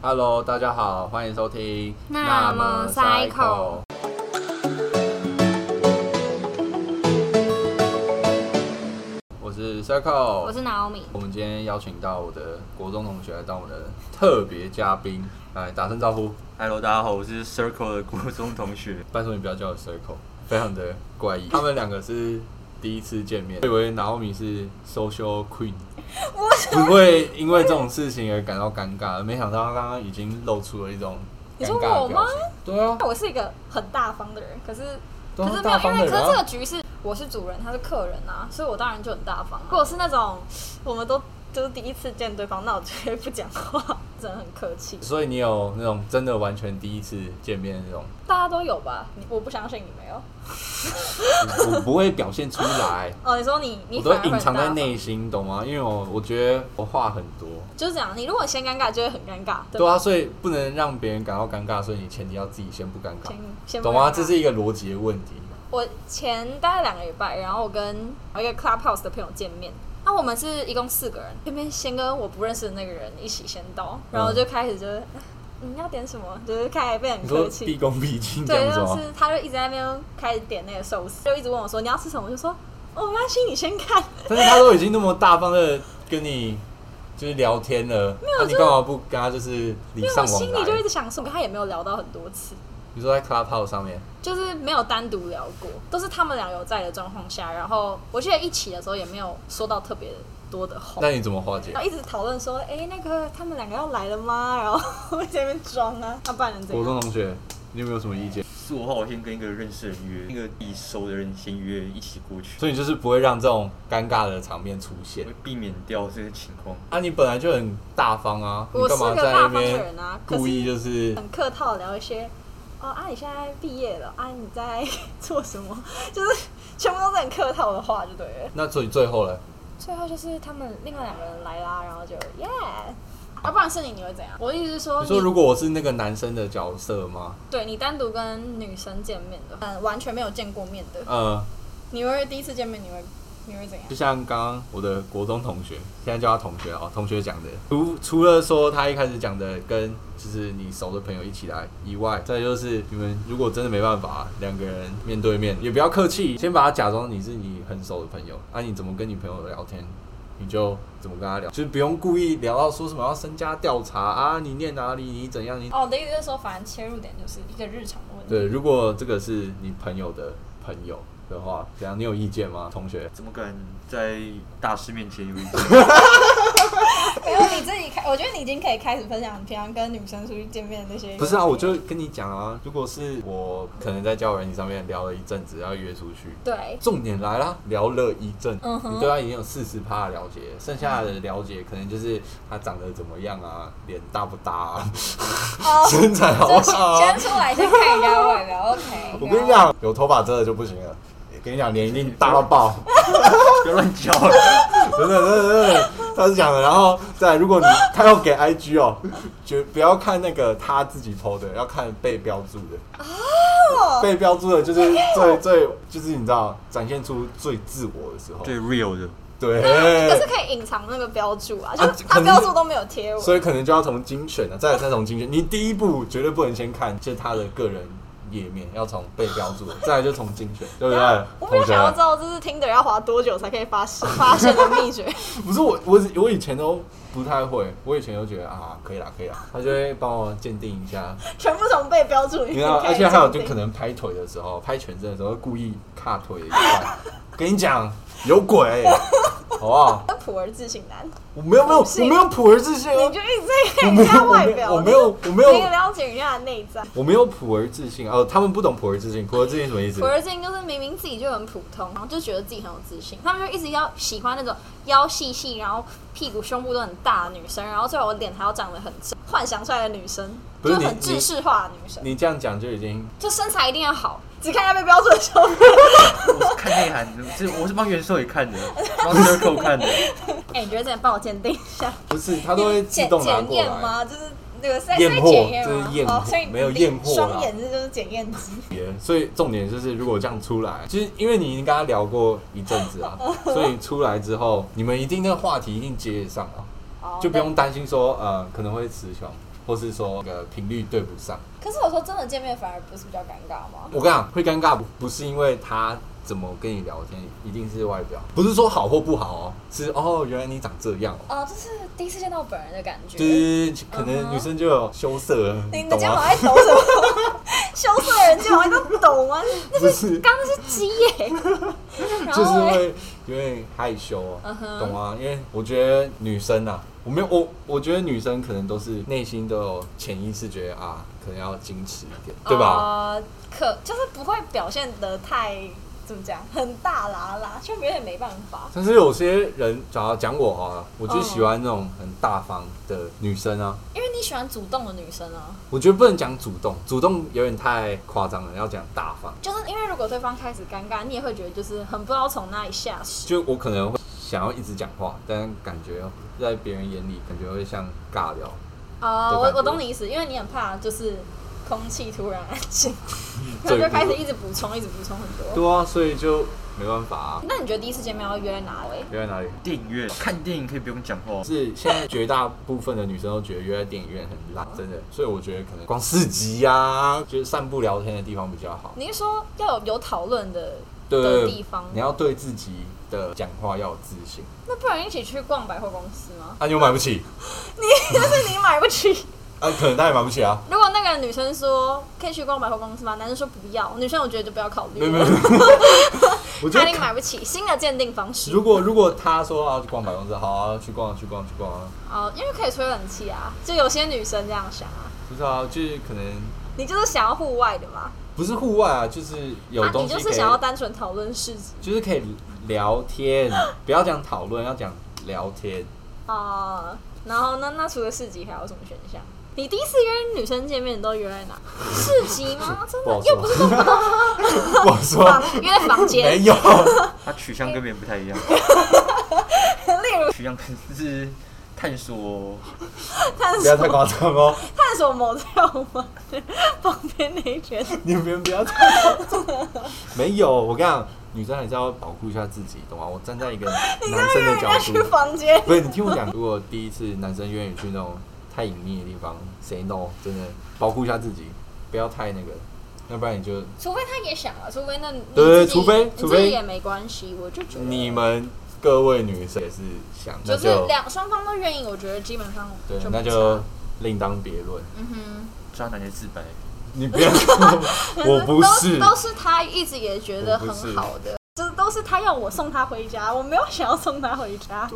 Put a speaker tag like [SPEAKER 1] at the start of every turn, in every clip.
[SPEAKER 1] Hello，大家好，欢迎收听。
[SPEAKER 2] 那么 Psycho
[SPEAKER 1] 我是 Psycho，
[SPEAKER 2] 我是 Naomi，
[SPEAKER 1] 我们今天邀请到我的国中同学来当我们的特别嘉宾，来打声招呼。
[SPEAKER 3] Hello，大家好，我是 Circle 的国中同学。
[SPEAKER 1] 拜托你不要叫我 Circle，非常的怪异。他们两个是第一次见面，我以为 Naomi 是 Social Queen，不会因为这种事情而感到尴尬，没想到他刚刚已经露出了一种尴
[SPEAKER 4] 你说
[SPEAKER 1] 尬
[SPEAKER 4] 我
[SPEAKER 1] 的表
[SPEAKER 4] 吗
[SPEAKER 1] 情。对啊，
[SPEAKER 4] 我是一个很大方的人，可是
[SPEAKER 1] 都
[SPEAKER 4] 可
[SPEAKER 1] 是
[SPEAKER 4] 是没
[SPEAKER 1] 大
[SPEAKER 4] 有，因
[SPEAKER 1] 方的
[SPEAKER 4] 为可是
[SPEAKER 1] 人、
[SPEAKER 4] 这个
[SPEAKER 1] 啊。
[SPEAKER 4] 局是我是主人，他是客人啊，所以我当然就很大方、啊。如果是那种我们都就是第一次见对方，那我绝对不讲话，真的很客气。
[SPEAKER 1] 所以你有那种真的完全第一次见面的那种，
[SPEAKER 4] 大家都有吧？你我不相信你没有。
[SPEAKER 1] 我不会表现出来，
[SPEAKER 4] 哦，你说你你
[SPEAKER 1] 我都
[SPEAKER 4] 反而
[SPEAKER 1] 会
[SPEAKER 4] 会
[SPEAKER 1] 隐
[SPEAKER 4] 很大
[SPEAKER 1] 藏在
[SPEAKER 4] 方，
[SPEAKER 1] 内心，懂吗？因为我我觉得我话很多，
[SPEAKER 4] 就是这样。你如果先尴尬，就会很尴尬，对
[SPEAKER 1] 对
[SPEAKER 4] 吧？
[SPEAKER 1] 啊，所以不能让别人感到尴尬，所以你前提要自己先不尴尬
[SPEAKER 4] 先，先不
[SPEAKER 1] 懂吗？啊
[SPEAKER 4] 尴尬
[SPEAKER 1] 这是一个逻辑的问题。
[SPEAKER 4] 我前大概两个礼拜，然后我跟呃一个 Clubhouse 的朋友见面。那我们是一共四个人，偏偏先跟我不认识的那个人一起先到，然
[SPEAKER 1] 嗯
[SPEAKER 4] 后就开始就是、嗯你要点什么，就是开始变
[SPEAKER 1] 你
[SPEAKER 4] 很
[SPEAKER 1] 说
[SPEAKER 4] 客
[SPEAKER 1] 毕
[SPEAKER 4] 气。
[SPEAKER 1] 恭毕敬这
[SPEAKER 4] 对，
[SPEAKER 1] 样
[SPEAKER 4] 就
[SPEAKER 1] 子哦吗
[SPEAKER 4] 是？他就一直在那边开始点那个寿司，就一直问我说你要吃什么，我就说哦没关系，你 先看。
[SPEAKER 1] 但是他都已经那么大方的跟你就是聊天了，那、你干嘛不跟他就是礼
[SPEAKER 4] 因为
[SPEAKER 1] 尚
[SPEAKER 4] 我
[SPEAKER 1] 往
[SPEAKER 4] 心里就一
[SPEAKER 1] 来？
[SPEAKER 4] 直想说，我跟他也没有聊到很多次，
[SPEAKER 1] 你说在 Clubhouse 上面，
[SPEAKER 4] 就是没有单独聊过，都是他们俩有在的状况下，然后我记得一起的时候也没有说到特别多的话。
[SPEAKER 1] 那你怎么化解
[SPEAKER 4] 然？后一直讨论说，哎、那个他们两个要来了吗？然后我在那边装啊，那、不然能怎
[SPEAKER 1] 国
[SPEAKER 4] 样？
[SPEAKER 1] 中同学，你有没有什么意见？
[SPEAKER 3] 是我的话，我先跟一个认识的人约，一个易熟的人先约一起过去，
[SPEAKER 1] 所以你就是不会让这种尴尬的场面出现
[SPEAKER 3] 会。避免掉这些情况。
[SPEAKER 1] 啊，你本来就很大方啊，你
[SPEAKER 4] 我是
[SPEAKER 1] 干嘛
[SPEAKER 4] 个
[SPEAKER 1] 在那
[SPEAKER 4] 大方的
[SPEAKER 1] 边
[SPEAKER 4] 人啊，可
[SPEAKER 1] 故意
[SPEAKER 4] 是
[SPEAKER 1] 就是
[SPEAKER 4] 很客套聊一些，哦啊，你现在毕业了啊，你在做什么？ 就是全部都是很客套的话，就对了。
[SPEAKER 1] 那所以最后呢？
[SPEAKER 4] 最后就是他们另外两个人来啦，然后就耶。要、不然是你，你会怎样？我的意思是说，
[SPEAKER 1] 你说如果我是那个男生的角色吗？
[SPEAKER 4] 对你单独跟女生见面的，嗯，完全没有见过面的，
[SPEAKER 1] 呃，
[SPEAKER 4] 你会第一次见面，你会你会怎样
[SPEAKER 1] 就？像刚刚我的国中同学，现在叫他同学哦，同学讲的，除除了说他一开始讲的跟就是你熟的朋友一起来以外，再就是你们如果真的没办法，两个人面对面也不要客气，先把他假装你是你很熟的朋友，那、你怎么跟你朋友聊天？你就怎么跟他聊，就是不用故意聊到说什么要身家调查啊，你念哪里，你怎样，你
[SPEAKER 4] 哦，我的意思是说，反正切入点就是一个日常的问题。
[SPEAKER 1] 对，如果这个是你朋友的朋友的话，怎样？你有意见吗，同学？
[SPEAKER 3] 怎么敢在大师面前有意见？
[SPEAKER 4] 因为你自己开，我觉得你已经可以开始分享你平常跟女生出去见面的那些。
[SPEAKER 1] 不是啊，我就跟你讲啊，如果是我可能在交友软件上面聊了一阵子，要约出去。
[SPEAKER 4] 对，
[SPEAKER 1] 重点来啦，聊了一阵，
[SPEAKER 4] 嗯哼
[SPEAKER 1] 你对他已经有四十趴的了解，剩下的了解可能就是他长得怎么样啊，脸大不大啊，
[SPEAKER 4] 哦，
[SPEAKER 1] 身材好不
[SPEAKER 4] 就是
[SPEAKER 1] 好啊
[SPEAKER 4] 先。出来先看人家外表，OK。
[SPEAKER 1] 我跟你，讲，有头发遮的就不行了，跟你讲脸一定大到爆。
[SPEAKER 3] 不要乱叫了，
[SPEAKER 1] 真的真的真的，他是讲的。然后再来如果你他要 给 IG 哦，绝不要看那个他自己 PO 的，要看被标注的。被标注的就是
[SPEAKER 4] 哦
[SPEAKER 1] 最最就是你知道展现出最自我的时候。
[SPEAKER 3] 最 real 的。
[SPEAKER 1] 对
[SPEAKER 4] 可 是可以隐藏那个标注啊，就
[SPEAKER 1] 欸啊
[SPEAKER 4] 是
[SPEAKER 1] 可
[SPEAKER 4] 他
[SPEAKER 1] 能
[SPEAKER 4] 标注都没有贴我。
[SPEAKER 1] 所以可能就要从精选了，啊再来再从精选。你第一步绝对不能先看，就是他的个人页面，要从被标注的，再来就从精 选，对不对？
[SPEAKER 4] 我比
[SPEAKER 1] 同
[SPEAKER 4] 较
[SPEAKER 1] 学
[SPEAKER 4] 想要知道，就是 Tinder 要滑多久才可以发现发现的秘诀？
[SPEAKER 1] 不是我，我我以前都不太会，我以前都觉得啊，可以啦，可以啦，他就会帮我鉴定一下，
[SPEAKER 4] 全部从被标 注里
[SPEAKER 1] 你
[SPEAKER 4] 面
[SPEAKER 1] 知道，
[SPEAKER 4] 开
[SPEAKER 1] 而
[SPEAKER 4] 始
[SPEAKER 1] 且还有就
[SPEAKER 4] 鉴定
[SPEAKER 1] 可能拍腿的时候，拍全身的时候故意卡腿一块，跟你讲有 鬼，好不好？
[SPEAKER 4] 那普而自信男，
[SPEAKER 1] 我
[SPEAKER 4] 你
[SPEAKER 1] 没有没有我
[SPEAKER 4] 不信
[SPEAKER 1] 没有普而自信啊
[SPEAKER 4] 就，一直
[SPEAKER 1] 我
[SPEAKER 4] 在看
[SPEAKER 1] 没
[SPEAKER 4] 人
[SPEAKER 1] 有
[SPEAKER 4] 家
[SPEAKER 1] 我
[SPEAKER 4] 外
[SPEAKER 1] 没
[SPEAKER 4] 表，
[SPEAKER 1] 有我没有我没有
[SPEAKER 4] 你了解人家的内在。
[SPEAKER 1] 我没有普而自信哦，他们不懂普而自信，普而自信什么意思
[SPEAKER 4] 普？而信就是明明自己就很普通，然后就觉得自己很有自信，他们就一直要喜欢那种腰细细，然后屁股胸部都很大的女生，然后最后我脸还要长得很正，幻想出来的女生
[SPEAKER 1] 不
[SPEAKER 4] 就是很
[SPEAKER 1] 你
[SPEAKER 4] 制式化的女生，
[SPEAKER 1] 你这样讲就已经
[SPEAKER 4] 就身材一定要好，只看一下被标准的时候，
[SPEAKER 3] 我是看内涵的，这我是帮袁寿也看的，帮 Circle 看的。
[SPEAKER 4] 哎、你觉得这样帮我鉴定一 下，
[SPEAKER 1] 不是，他都会自
[SPEAKER 4] 检
[SPEAKER 1] 动拿
[SPEAKER 4] 检
[SPEAKER 1] 过
[SPEAKER 4] 验
[SPEAKER 1] 来。
[SPEAKER 4] 吗？就是那个是在
[SPEAKER 1] 验
[SPEAKER 4] 在
[SPEAKER 1] 货
[SPEAKER 4] 检验
[SPEAKER 1] 这是
[SPEAKER 4] 吗？
[SPEAKER 1] 验
[SPEAKER 4] 哦
[SPEAKER 1] 货，
[SPEAKER 4] 所以你
[SPEAKER 1] 没有验货啦
[SPEAKER 4] 双眼这就是检验机。
[SPEAKER 1] 所以重点就是，如果这样出来，其实因为你已经跟他聊过一阵子 啊，所以出来之后，你们一定那个话题一定接得上啊，
[SPEAKER 4] 哦
[SPEAKER 1] 就不用担心说呃可能会词穷。或是说那个频率对不上。
[SPEAKER 4] 可是我说真的见面反而不是比较尴尬吗？
[SPEAKER 1] 我跟你讲，会尴尬不不是因为他怎么跟你聊天，一定是外表，不是说好或不好哦，是哦，原来你长这样哦。
[SPEAKER 4] 哦、这是第一次见到本人的感觉。
[SPEAKER 1] 就是可
[SPEAKER 4] 嗯
[SPEAKER 1] 能
[SPEAKER 4] 哼
[SPEAKER 1] 女生就有羞涩了，
[SPEAKER 4] 你你
[SPEAKER 1] 懂啊
[SPEAKER 4] 肩膀
[SPEAKER 1] 吗？
[SPEAKER 4] 在抖什么？ 羞涩的人肩膀在抖 吗？那
[SPEAKER 1] 不是，
[SPEAKER 4] 刚刚是鸡 耶。然
[SPEAKER 1] 就是
[SPEAKER 4] 后嘞
[SPEAKER 1] 会有点害羞、啊
[SPEAKER 4] 欸嗯哼
[SPEAKER 1] 懂吗？因为我觉得女生啊，我没有我，我觉得女生可能都是内心都有潜意识觉得啊，可能要矜持一点，对吧？
[SPEAKER 4] 呃，可就是不会表现的太怎么讲，很大啦啦，就有点没办法。
[SPEAKER 1] 但是有些人，假如讲我啊，
[SPEAKER 4] 嗯
[SPEAKER 1] 我就喜欢那种很大方的女生啊。
[SPEAKER 4] 因为你喜欢主动的女生啊，
[SPEAKER 1] 我觉得不能讲主动，主动有点太夸张了，要讲大方。
[SPEAKER 4] 就是因为如果对方开始尴尬，你也会觉得就是很不知道从哪里下手。
[SPEAKER 1] 就我可能会想要一直讲话，但感觉在别人眼里感觉会像尬聊。
[SPEAKER 4] 啊、
[SPEAKER 1] 对
[SPEAKER 4] 我
[SPEAKER 1] 感觉
[SPEAKER 4] 我懂你意思，因为你很怕就是空气突然安 静，然
[SPEAKER 1] 这
[SPEAKER 4] 后
[SPEAKER 1] 个
[SPEAKER 4] 就
[SPEAKER 1] 部分
[SPEAKER 4] 开始一直补充，一直补充很多。
[SPEAKER 1] 对啊，所以就没办法啊。
[SPEAKER 4] 那你觉得第一次见面要约在哪里？
[SPEAKER 1] 约在哪里？
[SPEAKER 3] 电影院看电影可以不用讲话，
[SPEAKER 1] 是现在绝大部分的女生都觉得约在电影院很烂，真的。所以我觉得可能逛市集啊，就是散步聊天的地方比较好。
[SPEAKER 4] 你是说要有有讨论的
[SPEAKER 1] 对
[SPEAKER 4] 的地方？
[SPEAKER 1] 你要对自己的讲话要有自信。
[SPEAKER 4] 那不然一起去逛百货公司吗？
[SPEAKER 1] 啊，你又买不起，
[SPEAKER 4] 你 就是你买不起。
[SPEAKER 1] 啊，可能他也买不起 啊。
[SPEAKER 4] 如果那个女生说可以去逛百货公司吗？男生说不要，女生我觉得就不要考虑
[SPEAKER 1] 没有
[SPEAKER 4] 了，
[SPEAKER 1] 没有，没有我觉
[SPEAKER 4] 他
[SPEAKER 1] 得
[SPEAKER 4] 一定买不起。新的鉴定方式
[SPEAKER 1] 如果如果他说要去逛百货公司，好啊，去逛去逛去逛啊，
[SPEAKER 4] 哦，因为可以吹冷气啊，就有些女生这样想啊，
[SPEAKER 1] 不是啊，就是可能
[SPEAKER 4] 你就是想要户外的嘛，
[SPEAKER 1] 不是户外啊，就是有
[SPEAKER 4] 啊，
[SPEAKER 1] 东
[SPEAKER 4] 你
[SPEAKER 1] 西
[SPEAKER 4] 就
[SPEAKER 1] 可
[SPEAKER 4] 是
[SPEAKER 1] 以，
[SPEAKER 4] 想要单纯讨论事情
[SPEAKER 1] 就是可以聊 天，不要讲讨论，要讲聊 天。
[SPEAKER 4] 啊、然后呢，那除了市集还有什么选项？你第一次约女生见面，你都约在哪？市集吗？真
[SPEAKER 1] 不
[SPEAKER 4] 的
[SPEAKER 1] 好说
[SPEAKER 4] 又不是动 不动
[SPEAKER 1] 我说
[SPEAKER 4] 房，约在房
[SPEAKER 1] 没
[SPEAKER 4] 间。
[SPEAKER 1] 有。
[SPEAKER 3] 他取向跟别人不太一样，
[SPEAKER 4] 例如
[SPEAKER 3] 取向可能是探索
[SPEAKER 4] 探
[SPEAKER 1] 不要太
[SPEAKER 4] 索
[SPEAKER 1] 夸张哦，
[SPEAKER 4] 探索某跳吗？ 旁边那 一圈
[SPEAKER 1] 你们不要太夸张。没有，我跟你讲，女生还是要保护一下自己，懂吗？我站在一个 男生的
[SPEAKER 4] 人
[SPEAKER 1] 角
[SPEAKER 4] 家去
[SPEAKER 1] 度，
[SPEAKER 4] 房间。
[SPEAKER 1] 不是你听我讲，如果第一次男生约你去那种太隐秘的地方，say no，真的保护一下自己，不要太那个，要不然你就
[SPEAKER 4] 除非他也想啊，除非那你
[SPEAKER 1] 对对
[SPEAKER 4] 自己
[SPEAKER 1] 除非
[SPEAKER 4] 你
[SPEAKER 1] 除
[SPEAKER 4] 自
[SPEAKER 1] 非
[SPEAKER 4] 己也没关系，我就觉得
[SPEAKER 1] 你们各位女生也是想，那
[SPEAKER 4] 就是两双方都愿意，我觉得基本上
[SPEAKER 1] 对，
[SPEAKER 4] 就
[SPEAKER 1] 那
[SPEAKER 4] 没差
[SPEAKER 1] 就另当别论。
[SPEAKER 4] 嗯
[SPEAKER 3] 渣男的自白。
[SPEAKER 1] 你不要跟
[SPEAKER 4] 哼，
[SPEAKER 1] 我，我不是
[SPEAKER 4] 都，都是他一直也觉得很
[SPEAKER 1] 我不是
[SPEAKER 4] 好的，这都是他要我送他回家，我没有想要送他回家。
[SPEAKER 1] 啊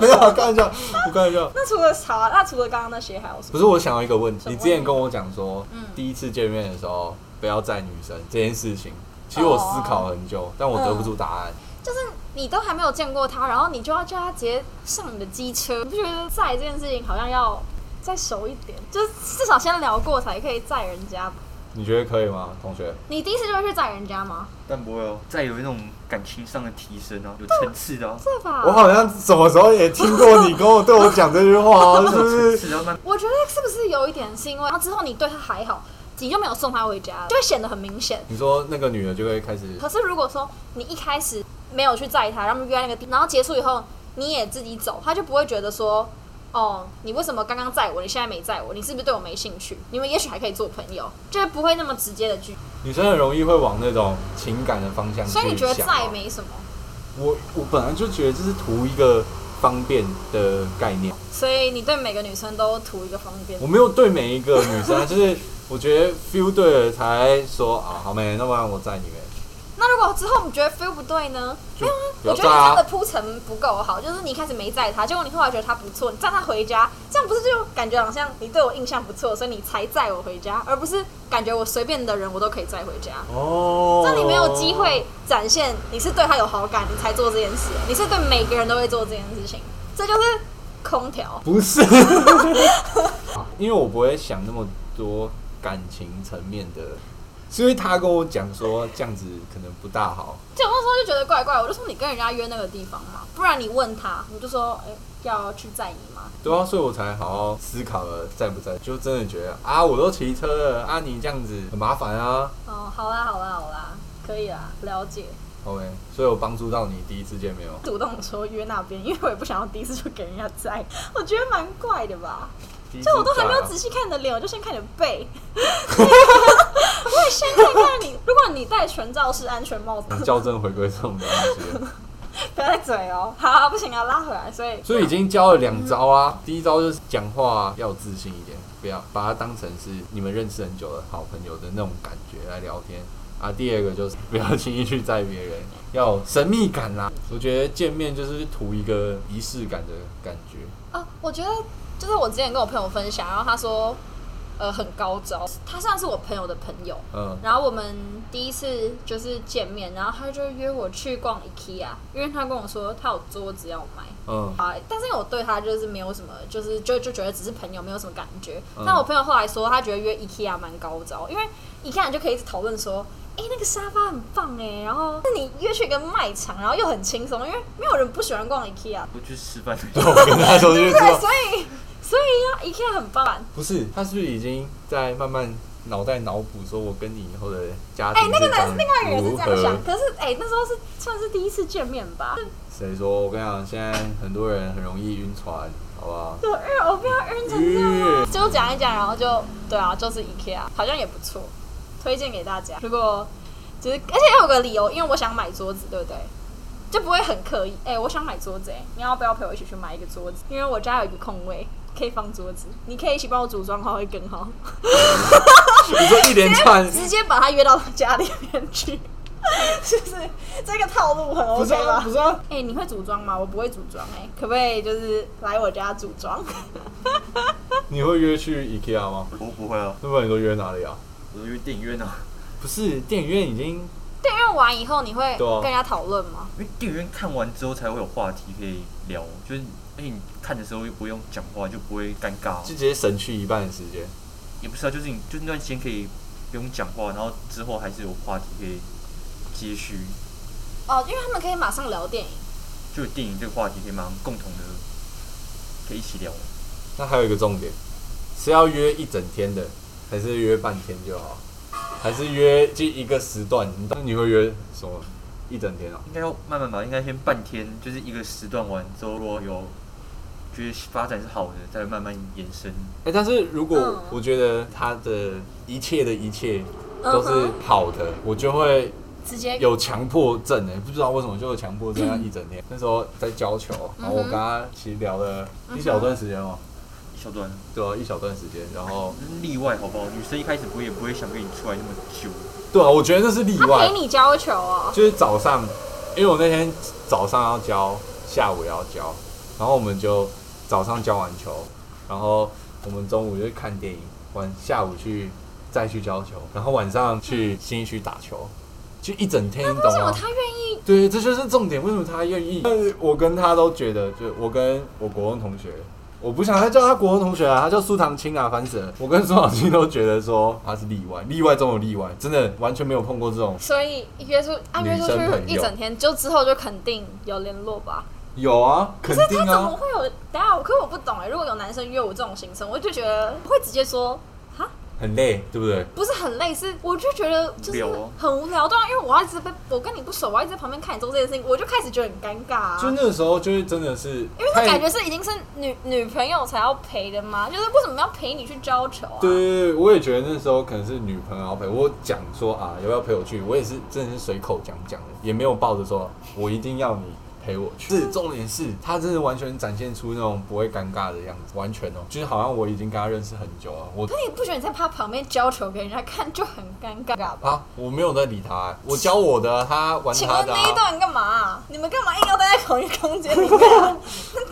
[SPEAKER 1] 没有啊，开玩笑，我开玩笑。
[SPEAKER 4] 那除了吵啊，那除了刚刚那些还有什
[SPEAKER 1] 不
[SPEAKER 4] 么？
[SPEAKER 1] 是，我想到一个问题，
[SPEAKER 4] 什么
[SPEAKER 1] 你
[SPEAKER 4] 问
[SPEAKER 1] 之
[SPEAKER 4] 题
[SPEAKER 1] 前跟我讲说，
[SPEAKER 4] 嗯
[SPEAKER 1] 第一次见面的时候不要载女生这件事情，其实我思考很久，但我得不出答案。
[SPEAKER 4] 就是你都还没有见过他，然后你就要叫他直接上你的机车，你不觉得载这件事情好像要再熟一点，就是至少先聊过才可以载人家吧？
[SPEAKER 1] 你觉得可以吗，同学？
[SPEAKER 4] 你第一次就会去载人家吗？
[SPEAKER 3] 但不会哦，再有那种感情上的提升啊，有层次的啊，
[SPEAKER 4] 对吧？
[SPEAKER 1] 我好像什么时候也听过你跟我对我讲这句话 哦，
[SPEAKER 3] 有
[SPEAKER 1] 是不
[SPEAKER 3] 层
[SPEAKER 1] 是？
[SPEAKER 3] 次啊，那
[SPEAKER 4] 我觉得是不是有一点是因为，然后之后你对他还好，你就没有送他回家，就会显得很明显。
[SPEAKER 1] 你说那个女的就会开始，
[SPEAKER 4] 可是如果说你一开始没有去载他，然后约在那个地，然后结束以后你也自己走，他就不会觉得说，哦，你为什么刚刚载我，你现在没载我，你是不是对我没兴趣？你们也许还可以做朋友，就是不会那么直接的拒。
[SPEAKER 1] 女生很容易会往那种情感的方向去
[SPEAKER 4] 所以你觉得
[SPEAKER 1] 嗯想哦
[SPEAKER 4] 载没什么？
[SPEAKER 1] 我我本来就觉得这是图一个方便的概念，
[SPEAKER 4] 所以你对每个女生都图一个方便
[SPEAKER 1] 我。没有对每一个女 生，就是我觉得 feel 对了才说啊，好妹，那不然我载你呗。
[SPEAKER 4] 那如果之后你觉得 feel 不对呢？
[SPEAKER 1] 就不
[SPEAKER 4] 我
[SPEAKER 1] 要
[SPEAKER 4] 觉
[SPEAKER 1] 载
[SPEAKER 4] 得你这样的
[SPEAKER 1] 啊！
[SPEAKER 4] 铺陈不够好，就是你一开始没载他，结果你后来觉得他不错，你载他回家，这样不是就感觉好像你对我印象不错，所以你才载我回家，而不是感觉我随便的人我都可以载回家。
[SPEAKER 1] 哦，
[SPEAKER 4] 那你没有机会展现你是对他有好感，你才做这件事，你是对每个人都会做这件事情，这就是空调。
[SPEAKER 1] 不是，因为我不会想那么多感情层面的，是因为他跟我讲说这样子可能不大好，
[SPEAKER 4] 就我那时候就觉得怪怪，我就说你跟人家约那个地方嘛，不然你问他，你就说哎、要去载你吗？
[SPEAKER 1] 对啊，所以我才好好思考了在不在，就真的觉得啊，我都骑车了，啊你这样子很麻烦啊，
[SPEAKER 4] 哦，好啦好啦好啦，可以啦，了解。
[SPEAKER 1] OK，所以我帮助到你第一次见面哦吗？
[SPEAKER 4] 主动说约那边，因为我也不想要第一次就给人家摘，我觉得蛮怪的吧。就我都还没有仔细看你的脸，我就先看你的背。啊我也先看看你，如果你戴全罩式安全 帽子，
[SPEAKER 1] 校正回归这种东西，
[SPEAKER 4] 不要再嘴哦。好好，不行啊，拉回来。所以
[SPEAKER 1] 所以已经教了两招啊。第一招就是讲话要有自信一点，不要把它当成是你们认识很久的好朋友的那种感觉来聊天啊。第二个就是不要轻易去载别人， 要有神秘感啦。我觉得见面就是图一个仪式感的感觉。
[SPEAKER 4] 啊，我觉得就是我之前跟我朋友分享，然后他说，呃，很高招。他算是我朋友的朋友，
[SPEAKER 1] 嗯，
[SPEAKER 4] 然后我们第一次就是见面，然后他就约我去逛 IKEA，因为他跟我说他有桌子要买。
[SPEAKER 1] 嗯，
[SPEAKER 4] 啊，但是因为我对他就是没有什么，就是就就觉得只是朋友，没有什么感觉。
[SPEAKER 1] 嗯
[SPEAKER 4] 但我朋友后来说，他觉得约 IKEA 蛮高招，因为 IKEA 就可以一直讨论说，哎、那个沙发很棒哎、然后那你约去一个卖场，然后又很轻松，因为没有人不喜欢逛 IKEA，
[SPEAKER 3] 我去吃饭。
[SPEAKER 1] 我跟他说就是
[SPEAKER 4] 对，所以所以呀、啊、，IKEA 很棒。
[SPEAKER 1] 不是，他是不是已经在慢慢脑袋脑补说我跟你以后的家
[SPEAKER 4] 哎、
[SPEAKER 1] 庭
[SPEAKER 4] 那个
[SPEAKER 1] 是
[SPEAKER 4] 男
[SPEAKER 1] 长
[SPEAKER 4] 另外一个人是
[SPEAKER 1] 如
[SPEAKER 4] 这样
[SPEAKER 1] 何
[SPEAKER 4] 想，？可是哎、那时候是算是第一次见面吧，
[SPEAKER 1] 谁说？我跟你讲，现在很多人很容易晕船，好不好？
[SPEAKER 4] 就晕，哎我不要晕成这样啊！就讲一讲，然后就对啊，就是 IKEA，好像也不错，推荐给大家。如果就是，而且要有个理由，因为我想买桌子，对不对？就不会很刻意。哎、我想买桌子、哎，你要不要陪我一起去买一个桌子？因为我家有一个空位，可以放桌子，你可以一起帮我组装的话会更 好。
[SPEAKER 1] 你说一连串，
[SPEAKER 4] 直接把他约到家里面去， 是不是？这个套路很
[SPEAKER 1] 不
[SPEAKER 4] OK
[SPEAKER 1] 是啊，
[SPEAKER 4] 吧
[SPEAKER 1] 不？是啊，
[SPEAKER 4] 哎、你会组装吗？我不会组装，哎，可不可以就是来我家组装？
[SPEAKER 1] 你会约去 IKEA 吗？
[SPEAKER 3] 我不会哦，
[SPEAKER 1] 那不然你都约哪里啊？
[SPEAKER 3] 我都去电影院哦，
[SPEAKER 1] 不是，电影院已经
[SPEAKER 4] 电影完以后，你会
[SPEAKER 1] 对啊
[SPEAKER 4] 跟人家讨论吗？
[SPEAKER 3] 因为电影院看完之后才会有话题可以聊，就是而且你看的时候又不用讲话，就不会尴尬
[SPEAKER 1] 就。直接省去一半的时间。
[SPEAKER 3] 也不是啊，就是你就那段时间可以不用讲话，然后之后还是有话题可以接续，
[SPEAKER 4] 哦，因为他们可以马上聊电影。
[SPEAKER 3] 就有电影这个话题可以马上共同的可以一起聊。
[SPEAKER 1] 那还有一个重点，是要约一整天的，还是约半天就好？还是约就一个时段？你懂那你会约什么？一整天哦、
[SPEAKER 3] 应该要慢慢吧，应该先半天，就是一个时段完之后，如果有觉得发展是好的，再慢慢延伸。
[SPEAKER 1] 哎、但是如果
[SPEAKER 4] 嗯
[SPEAKER 1] 我觉得他的一切的一切
[SPEAKER 4] 嗯
[SPEAKER 1] 都是
[SPEAKER 4] 哼
[SPEAKER 1] 好的，我就会
[SPEAKER 4] 直接
[SPEAKER 1] 有强迫症哎、不知道为什么就有强 迫症，要一整天。那时候在教球，
[SPEAKER 4] 嗯
[SPEAKER 1] 然后我跟他其实聊了一小段时间哦、
[SPEAKER 3] 一小段
[SPEAKER 1] 对啊，一小段时间，然后
[SPEAKER 3] 例外好不好？女生一开始不会也不会想跟你出来那么久，
[SPEAKER 1] 对啊，我觉得那是例
[SPEAKER 4] 他
[SPEAKER 1] 外
[SPEAKER 4] 陪，你教球哦，
[SPEAKER 1] 就是早上，因为我那天早上要教，下午也要教，然后我们就早上教完球，然后我们中午就去看电影，晚下午去再去教球，然后晚上去新一区打球，就一整天，你
[SPEAKER 4] 为
[SPEAKER 1] 懂啊
[SPEAKER 4] 什么
[SPEAKER 1] 吗？
[SPEAKER 4] 他愿意？
[SPEAKER 1] 对，这就是重点。为什么他愿意？但是我跟他都觉得，就我跟我国中同学，我不想再叫他国中同学啊，他叫苏唐青啊，烦死了。我跟苏唐青都觉得说他是例外，例外中有例外，真的完全没有碰过这种。
[SPEAKER 4] 所以约出按约出
[SPEAKER 1] 女生朋友
[SPEAKER 4] 去一整天，就之后就肯定有联络吧。
[SPEAKER 1] 有啊，肯定
[SPEAKER 4] 他怎么
[SPEAKER 1] 啊。
[SPEAKER 4] 会有？等一下，可我不懂哎。如果有男生约我这种行程，我就觉得会直接说哈，
[SPEAKER 1] 很累，对不对？
[SPEAKER 4] 不是很类似，我就觉得就是
[SPEAKER 3] 无聊哦
[SPEAKER 4] 很无聊，对啊，因为我要一直被我跟你不熟，我要一直在旁边看你做这件事情，我就开始觉得很尴尬啊。
[SPEAKER 1] 就那个时候，就是真的是，
[SPEAKER 4] 因为那感觉是已经是女女朋友才要陪的吗？就是为什么要陪你去教球啊？
[SPEAKER 1] 对对对，我也觉得那时候可能是女朋友要陪我讲说啊，要不要陪我去？我也是真的是随口讲讲的，也没有抱着说我一定要你陪我去。是重点是他真的完全展现出那种不会尴尬的样子，完全哦，就是好像我已经跟他认识很久了。我
[SPEAKER 4] 可你不觉得你在他旁边教球给人家看就很尴尬吧？
[SPEAKER 1] 啊，我没有在理他、我教我的啊，他玩
[SPEAKER 4] 请
[SPEAKER 1] 他
[SPEAKER 4] 问
[SPEAKER 1] 的、
[SPEAKER 4] 那一
[SPEAKER 1] 啊。
[SPEAKER 4] 段干嘛啊、你们干嘛硬要待在同一个空间里面啊？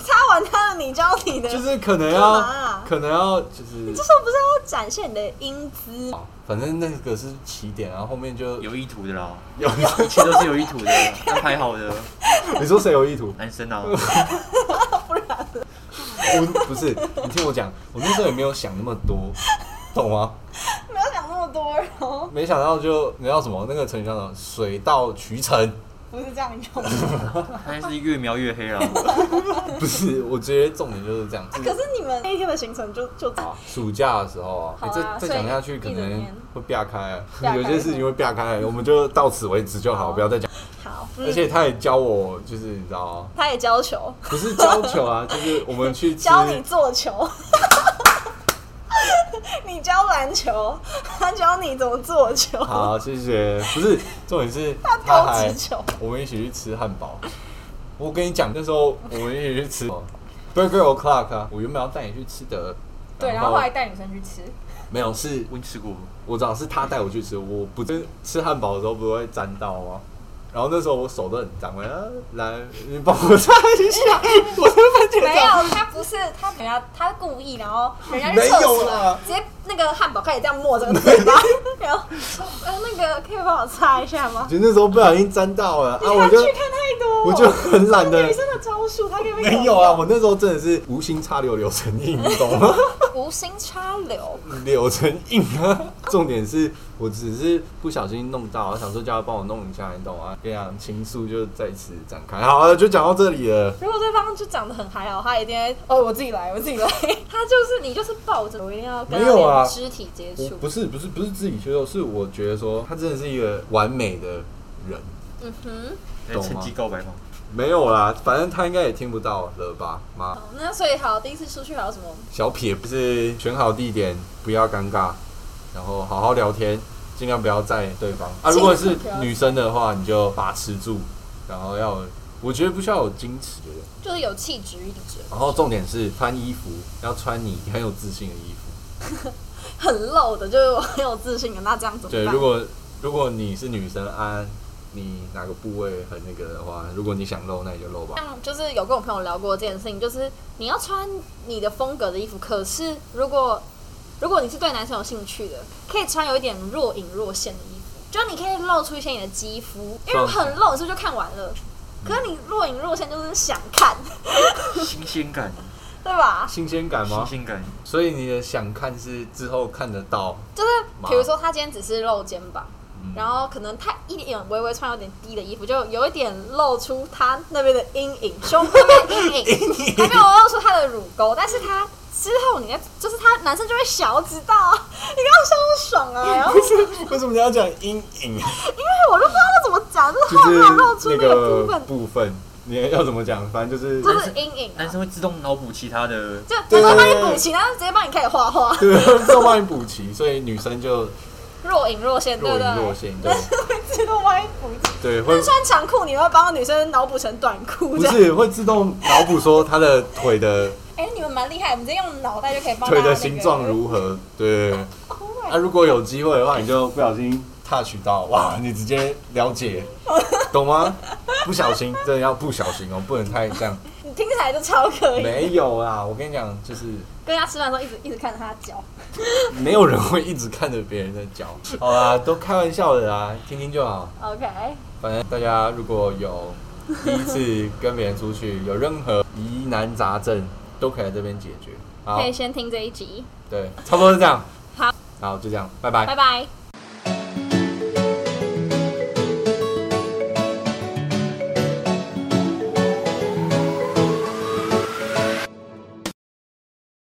[SPEAKER 4] 他玩他的，你教你的，
[SPEAKER 1] 就
[SPEAKER 4] 就是
[SPEAKER 1] 是可能
[SPEAKER 4] 干
[SPEAKER 1] 要
[SPEAKER 4] 嘛啊，
[SPEAKER 1] 可能要就是，
[SPEAKER 4] 时候不是要展现你的英姿？
[SPEAKER 1] 啊反正那个是起点，然后后面就
[SPEAKER 3] 有意图的啦，
[SPEAKER 1] 有。
[SPEAKER 3] 一切都是有意图的，安排好的，
[SPEAKER 1] 你说谁有意图？
[SPEAKER 3] 男生啊，
[SPEAKER 1] 我不是，你听我讲，我那时候也没有想那么多，懂吗？
[SPEAKER 4] 没有想那么多，然后
[SPEAKER 1] 没想到就你知道什么？那个成语叫什么？水到渠成，
[SPEAKER 4] 不是这 样用。
[SPEAKER 3] 他现在是越描越黑了。
[SPEAKER 1] 不是，我觉得重点就是这样。
[SPEAKER 4] 啊可是你们那一天的行程就就早，
[SPEAKER 1] 暑假的时候啊，
[SPEAKER 4] 好啊
[SPEAKER 1] 欸这再
[SPEAKER 4] 所以
[SPEAKER 1] 讲下去可
[SPEAKER 4] 一整
[SPEAKER 1] 能
[SPEAKER 4] 天
[SPEAKER 1] 会啪开啊，
[SPEAKER 4] 岔开
[SPEAKER 1] 有些事情会啪开，我们就到此为止就好，
[SPEAKER 4] 好嗯
[SPEAKER 1] 不要再讲。
[SPEAKER 4] 好，
[SPEAKER 1] 而且他也教我，就是你知道，啊
[SPEAKER 4] 他也教球，
[SPEAKER 1] 不是教球啊，就是我们去吃
[SPEAKER 4] 教你做球。 你教篮球，他教你怎么做球，
[SPEAKER 1] 好，谢谢。不是，重点是
[SPEAKER 4] 他
[SPEAKER 1] 他
[SPEAKER 4] 抛
[SPEAKER 1] 还
[SPEAKER 4] 直球。
[SPEAKER 1] 我们一起去吃汉堡。我跟你讲，那时候我们一起去吃 Burger O'clock 啊，我原本要带你去吃的，
[SPEAKER 4] 对，然后后来带女生去吃，
[SPEAKER 1] 没有，是
[SPEAKER 3] 我已经吃过，
[SPEAKER 1] 我知道是他带我去吃，我不是吃汉堡的时候不会沾到吗？然后那时候我手都很脏，我要呃来你帮我擦一 下，我就发觉
[SPEAKER 4] 没
[SPEAKER 1] 到
[SPEAKER 4] 有，他不是他人家他故意，然后人家
[SPEAKER 1] 没
[SPEAKER 4] 去厕
[SPEAKER 1] 有
[SPEAKER 4] 所
[SPEAKER 1] 啦，
[SPEAKER 4] 直接那个汉堡开始这样抹这个嘴巴，然后呃那个可以帮我擦一下吗？
[SPEAKER 1] 就那时候不小心沾到了啊，我
[SPEAKER 4] 他
[SPEAKER 1] 就
[SPEAKER 4] 去看太多，
[SPEAKER 1] 我就很懒
[SPEAKER 4] 那
[SPEAKER 1] 得
[SPEAKER 4] 女。生的招数，他可以
[SPEAKER 1] 没有啊，我那时候真的是无心插柳柳成荫，你懂吗？
[SPEAKER 4] 无心插柳，
[SPEAKER 1] 柳成荫啊！重点是我只是不小心弄到，想说叫他帮我弄一下，你懂吗？这样情愫就在此展开。好了，就讲到这里了。
[SPEAKER 4] 如果对方就长得很还好，他一定会哦，我自己来，我自己来。他就是你，就是抱着我一定要跟
[SPEAKER 1] 没
[SPEAKER 4] 他
[SPEAKER 1] 有啊
[SPEAKER 4] 有肢体接
[SPEAKER 1] 我
[SPEAKER 4] 触。
[SPEAKER 1] 不是不是不是自己缺肉，是我觉得说他真的是一个完美的人。
[SPEAKER 4] 嗯哼，
[SPEAKER 3] 在
[SPEAKER 1] 懂吗
[SPEAKER 3] 趁机告白吗？
[SPEAKER 1] 没有啦，反正他应该也听不到了吧？妈，
[SPEAKER 4] 好，那所以好，第一次出去还有什么？
[SPEAKER 1] 小撇不是选好地点，不要尴尬，然后好好聊天，尽量不要载对方啊。
[SPEAKER 4] 尽量
[SPEAKER 1] 如果是
[SPEAKER 4] 不要载
[SPEAKER 1] 女生的话，你就把持住，然后要有我觉得不需要有矜持的人。
[SPEAKER 4] 就是有气质一点，
[SPEAKER 1] 然后重点是穿衣服要穿你很有自信的衣服。
[SPEAKER 4] 很露的，就是我很有自信啊的。那这样怎么
[SPEAKER 1] 对，
[SPEAKER 4] 办？
[SPEAKER 1] 如果如果你是女生，安、你哪个部位很那个的话，如果你想露，那你就露吧。
[SPEAKER 4] 像就是有跟我朋友聊过这件事情，就是你要穿你的风格的衣服，可是如果如果你是对男生有兴趣的，可以穿有一点若隐若现的衣服，就你可以露出一些你的肌肤，因为很露，是不是就看完了？可是你若隐若现，就是想看，
[SPEAKER 3] 新鲜感，
[SPEAKER 4] 对吧？
[SPEAKER 1] 新鲜感
[SPEAKER 3] 新
[SPEAKER 1] 吗？
[SPEAKER 3] 鲜感，
[SPEAKER 1] 所以你的想看是之后看得 到，
[SPEAKER 4] 就是
[SPEAKER 1] 嘛
[SPEAKER 4] 比如说他今天只是露肩膀，
[SPEAKER 1] 嗯
[SPEAKER 4] 然后可能他一点微微穿有点低的衣服，就有一点露出他那边的阴影，胸部那边的 阴影，还没有露出他的乳沟，但是他之后你在就是他男生就会想要知道啊，你刚刚笑不爽 啊，然后因
[SPEAKER 1] 为什么你要讲阴影？
[SPEAKER 4] 为我都不知道他怎么讲，就是
[SPEAKER 1] 就
[SPEAKER 4] 后
[SPEAKER 1] 是
[SPEAKER 4] 面露出
[SPEAKER 1] 那
[SPEAKER 4] 那个
[SPEAKER 1] 个
[SPEAKER 4] 部分
[SPEAKER 1] 部分，你要怎么讲？反正就是
[SPEAKER 4] 就是阴影啊
[SPEAKER 3] 男，生会自动脑补其他的，
[SPEAKER 4] 就男
[SPEAKER 1] 对
[SPEAKER 4] 生帮你补齐，然后直接帮你开始画画，
[SPEAKER 1] 对，要帮你补齐，所以女生就
[SPEAKER 4] 若隐若现，对
[SPEAKER 1] 若
[SPEAKER 4] 不
[SPEAKER 1] 隐若
[SPEAKER 4] 对？
[SPEAKER 1] 现，对
[SPEAKER 4] 自动帮你补齐。
[SPEAKER 1] 对，会
[SPEAKER 4] 穿长裤，你会帮女生脑补成短裤
[SPEAKER 1] 不
[SPEAKER 4] 这样？
[SPEAKER 1] 是会自动脑补说她的腿 的
[SPEAKER 4] 哎、你们蛮厉害，我们直接用脑袋就可以帮
[SPEAKER 1] 腿
[SPEAKER 4] 大家
[SPEAKER 1] 的
[SPEAKER 4] 那
[SPEAKER 1] 形
[SPEAKER 4] 个
[SPEAKER 1] 状如何？对，啊，如果有机会的话，你就不小心 touch 到，哇，你直接了解，懂 吗？不小心，真的要不小心哦，不能太 这样。
[SPEAKER 4] 你听起来就超可以。
[SPEAKER 1] 没有哎啦，我跟你讲，就是
[SPEAKER 4] 跟他吃饭的时候一直一直看着他脚，
[SPEAKER 1] 没有人会一直看着别人的脚。好啦， 都开玩笑的啦，听听就好。
[SPEAKER 4] OK，
[SPEAKER 1] 反正大家如果有第一次跟别人出去，有任何疑难杂症，都可以来这边解决。好
[SPEAKER 4] 可以，先听这一集，
[SPEAKER 1] 对，差不多是这样。
[SPEAKER 4] 好，
[SPEAKER 1] 好，就这样，拜拜
[SPEAKER 4] 拜。拜。